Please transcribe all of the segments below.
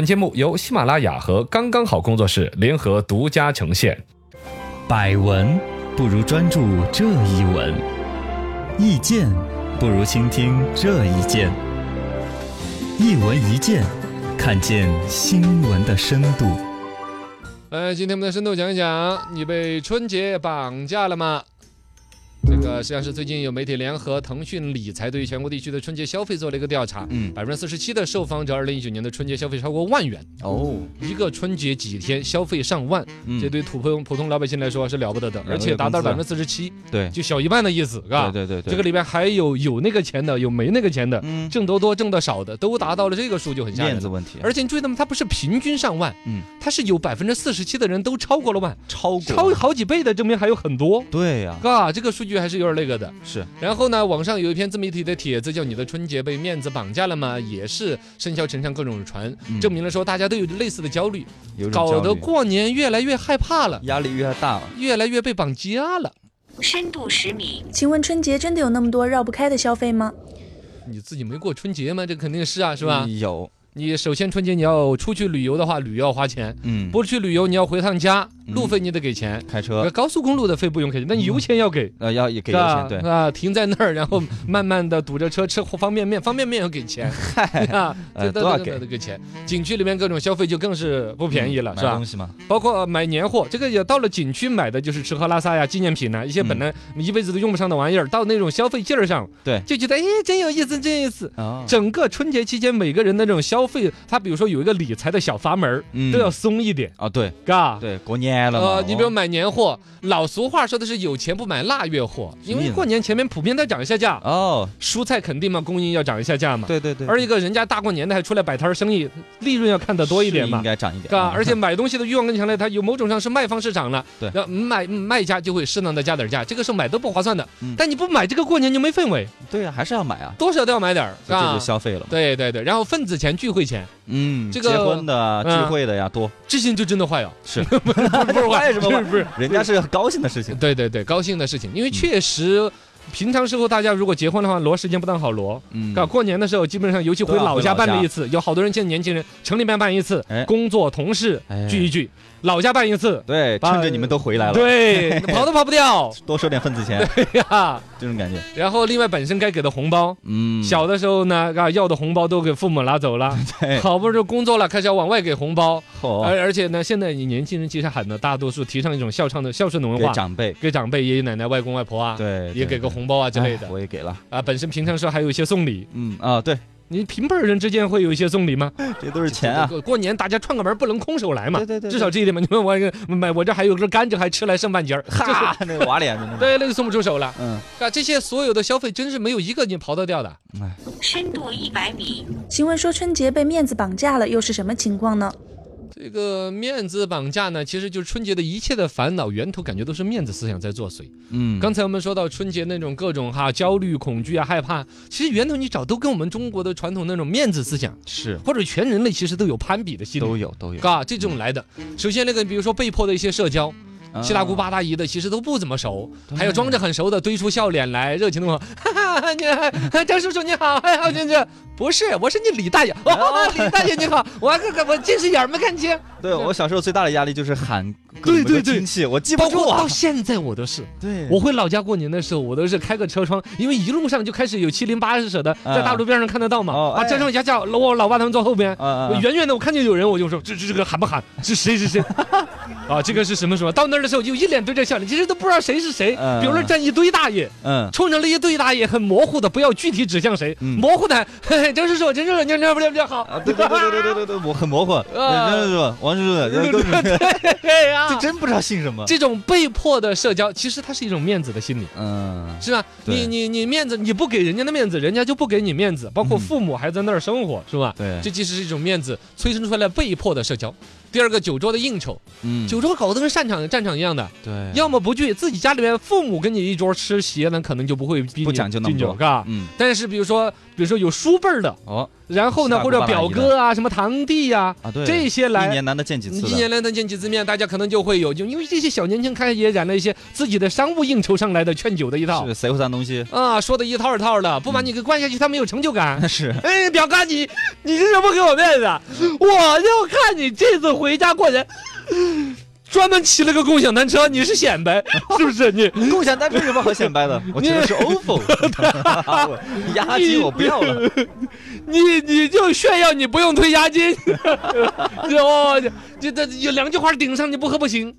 本节目由喜马拉雅和刚刚好工作室联合独家呈现。百闻不如专注这一闻，意见不如倾听这一见。一闻一见，看见新闻的深度。来，今天我们的深度讲一讲，你被春节绑架了吗？这个实际上是最近有媒体联合腾讯理财对于全国地区的春节消费做了一个调查，嗯百分之四十七的受访者二零一九年的春节消费超过万元，哦，一个春节几天消费上万，嗯这对普通普通老百姓来说是了不得的，而且达到百分之四十七，啊对就小一半的意思，嘎。对对对，这个里边还有有那个钱的，有没那个钱的，嗯挣得多挣得少的，都达到了这个数就很吓人面了子。问题，而且你注意到吗？它不是平均上万，嗯，它是有百分之四十七的人都超过了万，超过超好几倍的，证明还有很多。对呀，嘎，这个数据还是有点那个的。是然后呢，网上有一篇自媒体的帖子叫“你的春节被面子绑架了吗”，也是生肖尘上各种传，嗯证明了说大家都有类似的焦虑，有一种搞焦得虑过年越来越害怕了，压力越大，越来越被绑架了。深度十米，请问春节真的有那么多绕不开的消费吗？你自己没过春节吗？这肯定是啊，是吧？有，你首先春节你要出去旅游的话，旅游要花钱，嗯，不去旅游你要回趟家，嗯路费你得给钱。开车高速公路的费不用给，但油钱要给。呃要也嗯给是油吧钱，对，啊，停在那儿，然 后慢慢的堵着车吃方便面，方便面要给钱，啊，呃这都要这给嗯这给钱。景区里面各种消费就更是不便宜了，是买吧东？西嘛，包括买年货，这个也到了景区买的就是吃喝拉撒呀、纪念品呐，一些本来你一辈子都用不上的玩意儿，到那种消费劲儿上，嗯对就觉得哎，真有意思，真有意思。啊，整个春节期间，每个人的这种消费，他比如说有一个理财的小阀门儿，嗯都要松一点，啊对嘎。对，过年了哦呃嘛，，你比如买年货，老俗话说的是有钱不买腊月货，因什么意为思过年前面普遍都要涨一下价，哦，蔬菜肯定嘛，供应要涨一下价嘛。对对对，而一个人家大过年的还出来摆摊儿生意，利润要看得多一点是嘛应。该涨一点，嘎，嗯而且买东西的欲望更强烈，他有某种上是卖方市场了，对然后卖卖家就会适当的加点价，这个时候买都不划算的嗯，但你不买这个过年就没氛围， 对呀，还是要买啊，多少都要买点儿，所以这嘎就消费了嘛，对对对，然后份子钱、聚会钱，嗯，这结个婚的嗯聚会的呀多，这些就真的坏了，是不是不是坏坏什么不嗯 是坏不是，人家是高兴 的事情，对对对，高兴的事情，嗯因为确实。平常时候，大家如果结婚的话，挪时间不当好挪。嗯搞过年的时候，基本上尤其回都要回老家老办家了一次，有好多人现在年轻人城里面办一次哎，工作同事哎聚一聚，老家办一次，对，把趁着你们都回来了，对，跑都跑不掉多收点份子钱， 呀。这种感觉，然后另外本身该给的红包，嗯，小的时候呢，啊要的红包都给父母拿走了， 对好不容易工作了，开始要往外给红包，哦，而而且呢，现在你年轻人其实喊的大多数提倡一种孝畅的孝顺的文给化，长辈，给长辈、爷爷奶奶、外公外婆啊，对，也对给个红包啊之类的哎我也给了。啊。本身平常时候还有一些送礼，嗯啊，对，你平辈儿人之间会有一些送礼吗？这都是钱啊，过过年大家串个门，不能空手来嘛。对对对对至少这一点嘛。你们我这买我这还有根甘蔗，还吃来剩半截儿， 这哈是，那个瓦脸的那个，对，那就送不出手了。嗯，啊，这些所有的消费真是没有一个你刨得掉的。深度一百米，请问说春节被面子绑架了又是什么情况呢？这个面子绑架呢，其实就是春节的一切的烦恼源头，感觉都是面子思想在作祟。嗯，刚才我们说到春节那种各种哈焦虑、恐惧啊、害怕，其实源头你找都跟我们中国的传统那种面子思想，是或者全人类其实都有攀比的心理，都有都有，嘎，这种来的。首先那个比如说被迫的一些社交，啊七大姑八大姨的其实都不怎么熟，对还有装着很熟的堆出笑脸来，热情的问：“ 哈哈，你 好张叔叔你好，哎好先生，不是，我是你李大爷， 哦，李大爷你好，我我我近视眼儿没看清。”对我小时候最大的压力就是喊各对种对的对亲戚，我记不包住括啊到，现在我都是，对，我回老家过年的时候，我都是开个车窗，因为一路上就开始有七零八舍的在嗯大路边上看得到嘛哦，啊，哎车窗下叫我老爸他们坐后边，啊我远远的我看见有人，我就说这这这个喊不喊？是谁是 谁？啊，这个是什么什么？到那儿的时候就一脸堆着笑脸，其实都不知道谁是谁。嗯比如说站一堆大爷，嗯，冲成了一堆大爷，很模糊的，不要具体指向谁，嗯模糊的， 嘿嘿，张叔叔，张叔叔，你好，不了不了好。啊对对对对对对对对，我很模糊，啊对对王叔叔对对对对， 对哎呀这，真不知道姓什么，这种被迫的社交，其实它是一种面子的心理。嗯，是吧？对你你你面子，你不给人家的面子，人家就不给你面子。包括嗯父母还在那儿生活，是吧？对这其实是一种面子催生出来被迫的社交。第二个酒桌的应酬，嗯，酒桌搞得跟战场战场一样的，对，要么不聚，自己家里面父母跟你一桌吃席，那可能就不会逼你不讲究那么敬酒多嘎。嗯，但是比如说，比如说有叔辈儿的，哦然后呢七大姑或者八大表姨哥啊、什么堂弟呀、啊，对，这些来嗯一年难得见几次一的，年来能见几次面，大家可能就会有，就因为这些小年轻开始也染了一些自己的商务应酬上来的劝酒的一套是谁会占东西？ 啊，说的一套一套的，嗯不把你给灌下去，他没有成就 感。是哎，表哥你你是不给我面子啊，我就看你这次回家过年。专门骑了个共享单车，你是显 摆是不是？你共享单车有什么好显摆的？我骑的是 OFO，压机我不要了。你你就炫耀你不用退押金， 哦，这这有两句话顶上你不喝不行，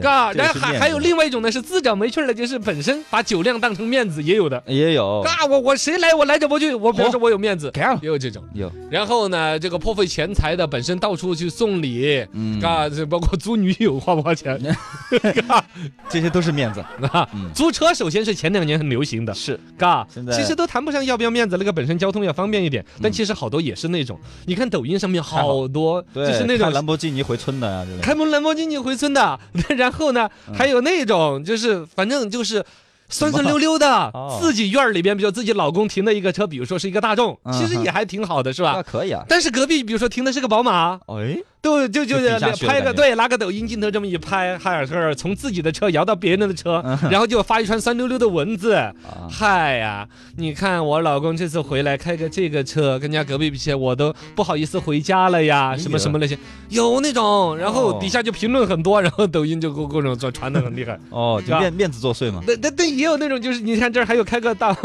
嘎。这个然是后还面还子有另外一种呢，是自找没趣儿的，就是本身把酒量当成面子也有的。也有，嘎，我我谁来我来者不拒，我表示哦我有面子，干了也有这种。有，然后呢，这个颇费钱财的，本身到处去送礼，嗯，嘎，这包括租女友花不花钱， 嘎，这些都是面子，啊嗯，租车首先是前两年很流行的，是嘎现，在嗯其实都谈不上要不要面子，那个本身交通要方便一点，但其实好多也是那种，你看抖音上面好多对，就是那种开兰博基尼回村的呀，啊这种开门兰博基尼回村的， 然后呢，嗯还有那种就是反正就是。酸酸溜溜的哦，自己院儿里边，比如自己老公停的一个车，比如说是一个大众，嗯其实也还挺好的，是吧那？可以啊。但是隔壁，比如说停的是个宝马，哎，都就就就顶下去了拍个感觉对，拿个抖音镜头这么一拍，海尔特尔从自己的车摇到别人的车，然后就发一串酸溜溜的文字，啊，嗨呀、你看我老公这次回来开个这个车，跟人家隔壁比起来，我都不好意思回家了呀，哎呀什么什么那些，有那种，然后哦底下就评论很多，然后抖音就各各种传传的很厉害。哦，是就吧面面子 作祟嘛。那那那也有那种，就是你看这儿还有开个大，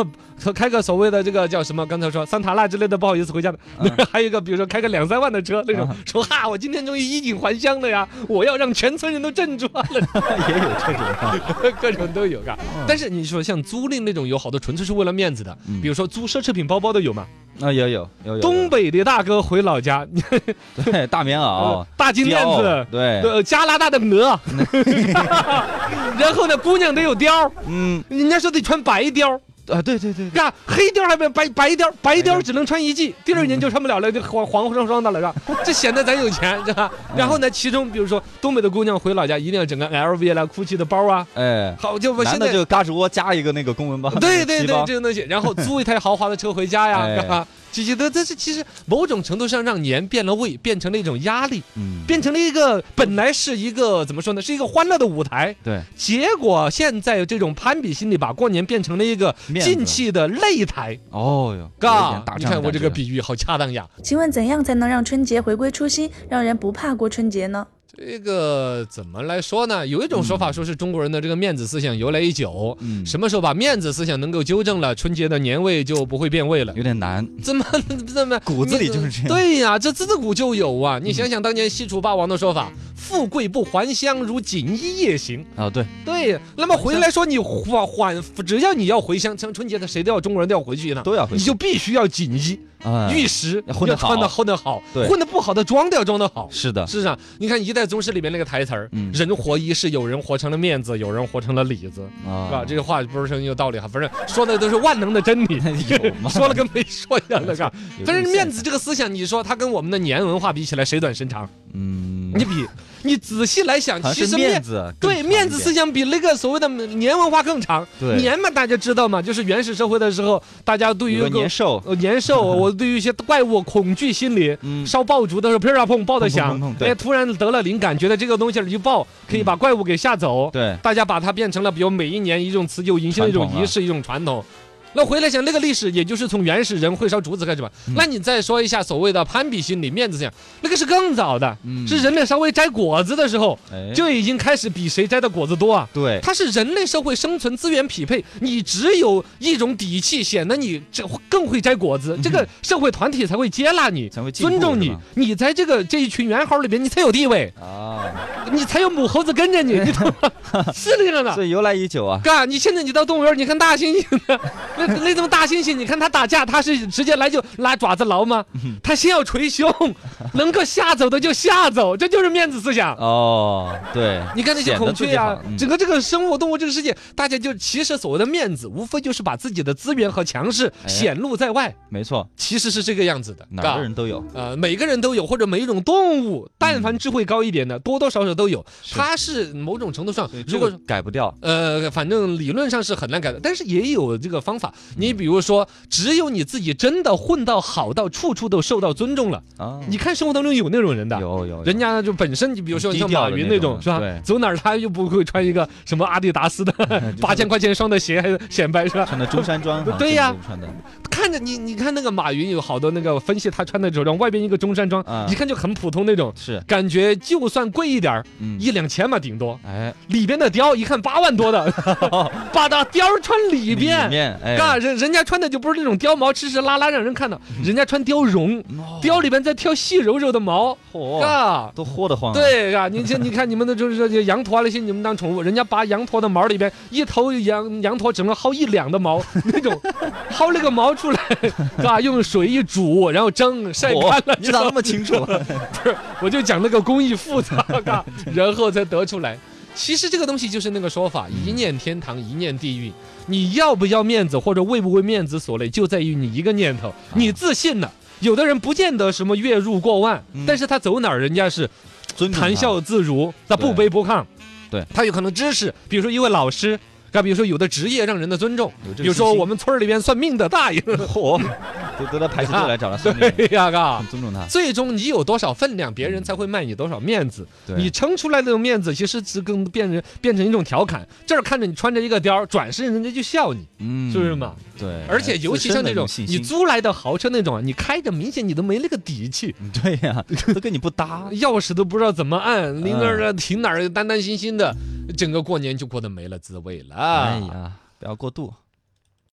开个所谓的这个叫什么？刚才说桑塔纳之类的，不好意思回家的。嗯 还有一个，比如说开个两三万的车那种啊，说哈，我今天终于衣锦还乡了呀，我要让全村人都震住了，也有这种啊， 各种都有嘎。 但是你说像租赁那种，有好多纯粹是为了面子的，嗯比如说租奢侈品包包的有嘛？ 啊有有有有东北的大哥回老家，你 对大棉袄、 大呃金链貂子，对，呃，加拿大的 鹅， 然后呢，姑娘得有貂儿，嗯人家说得穿白貂儿。啊，对对对，对呀，黑貂还没有白白貂，白貂只能穿一季，第嗯二年就穿不了了，就黄黄双双的了，是 吧？这显得咱有钱，是吧？然后呢，其中比如说东北的姑娘回老家一定要整个 LV 啦、GUCCI 的包啊，哎，好就我男现的在。就嘎吱窝加一个那个公文包，对对提对，包这种东西，然后租一台豪华的车回家呀， 哎干嘛？这些都这是其实某种程度上让年变了味，变成了一种压力，嗯，变成了一个本来是一个怎么说呢，是一个欢乐的舞台，对，结果现在这种攀比心理把过年变成了一个面子进气的擂台，哦哟，有一嘎点打，你仗的看我感这个觉，比喻好恰当呀。请问怎样才能让春节回归初心，让人不怕过春节呢？这个怎么来说呢？有一种说法说是中国人的这个面子思想由来已久，嗯，什么时候把面子思想能够纠正了，春节的年味就不会变味了。有点难，怎么怎么嗯 骨子里就是这样对呀、这自古就有啊！你想想当年西楚霸王的说法：“嗯富贵不还乡，如锦衣夜行。啊，对，”对，那么回来说你还还，只要你要回乡，像春节的谁都要中国人都要回去一趟，都要回你去就必须要锦衣啊，玉石，要混要得穿的好混得好，对混得不好的装都要装得好。是的，是啊，你看《一代宗师》里面那个台词儿，嗯人活一世，有人活成了面子，有人活成了里子，是吧？啊，这个话不是很有道理哈，反正说的都是万能的真 理有，吗说了跟没说一样的 嘎。有但这是种面现子这个思想，你说它跟我们的年文化比起来，谁短谁长？嗯，你比，你仔细来想，好其像实是面面。子，对面子思情，想比那个所谓的年文化更长。对年嘛，大家知道嘛，就是原始社会的时候，大家对于有个各年兽，呃年兽，我对于一些怪物恐惧心理，嗯，烧爆竹的时候，噼儿啊砰，爆的响砰砰砰。对嗯哎，突然得了灵感，觉得这个东西儿一爆可以把怪物给吓走。对，大家把它变成了，比如每一年一种辞旧迎新的一种传统啊仪了式，一种传统。那回来想，那个历史也就是从原始人会烧竹子开始吧。嗯那你再说一下所谓的攀比心理、面子这样，那个是更早的，嗯是人类稍微摘果子的时候哎就已经开始比谁摘的果子多啊。对，它是人类社会生存资源匹配，你只有一种底气，显得你这更会摘果子，这个社会团体才会接纳你，嗯才会进步尊重是你吧，你在这个这一群元猴里边，你才有地位。啊，你才有母猴子跟着你，你懂 吗？是这样的。这由来已久啊。嘎，你现在你到动物园，你看大猩猩的， 那那种大猩猩，你看它打架，它是直接来就拉爪子挠嗯吗？它先要捶胸，能够吓走的就吓走，这就是面子思想。哦，对，你看那些显得孔自雀己呀、好嗯整个这个生物动物这个世界，大家就其实所谓的面子，无非就是把自己的资源和强势哎显露在外，没错，其实是这个样子的。哪嘎儿的人都有。呃，每个人都有，或者每一种动物，但凡智慧高一嗯点的，多多少少都有。它是某种程度上所以，这如果个改不掉，呃，反正理论上是很难改的，但是也有这个方法。嗯你比如说，只有你自己真的混到好到处处都受到尊重了。啊，你看生活当中有那种人的，有有人家就本身，你比如说低像调马的云那那种种，的是吧对？走哪儿他又不会穿一个什么阿迪达斯 的八千块钱一双的鞋，还显摆是吧？穿的中山装 哈，对呀中国穿的看着你，你看那个马云有好多那个分析，他穿的着装，外边一个中山装啊，一看就很普通那种，是，感觉就算贵一点儿，嗯，一两千嘛顶多。哎，里边的貂一看八万多 的，把那貂穿里边里。面哎，嘎，人人家穿的就不是那种貂毛吃吃拉拉让人看到，嗯人家穿貂绒，哦貂里边再挑细柔柔的毛，啊嚯，嘎。都豁得慌，，啊对嘎，你这你看你们的就是说羊驼那些，你们当宠物，人家把羊驼的毛里边一头羊羊驼只能薅一两的毛，那种薅了个毛出来，嘎，用水一煮，然后蒸晒干了嚯，你之咋后那，么清楚？啊 不是，我就讲那个工艺复杂，嘎，然后才得出来。其实这个东西就是那个说法，一念天堂，一念地狱。你要不要面子，或者为不为面子所累，就在于你一个念头，你自信了。有的人不见得什么月入过万，嗯但是他走哪儿，人家是尊重他谈笑自如，他不对卑不亢。对他有可能知识，比如说一位老师，啊，比如说有的职业让人的尊重，有这个比如说信心我们村儿里边算命的大爷，嚯，都都来排起队来找他算命，嗯对呀，嘎很。尊重他，最终你有多少分量，别人才会卖你多少面子。对你撑出来那种面子，其实只更变成变成一种调侃。这儿看着你穿着一个貂儿，转身人家就笑你，嗯哎是不是嘛？对，而且尤其像这种你做租来的豪车那种啊，你开着明显你都没那个底气， 对呀，都跟你不 搭，钥匙都不知道怎么按，零那儿停哪儿，担担心心的，整个过年就过得没了滋味了。哎哎呀，不要过度，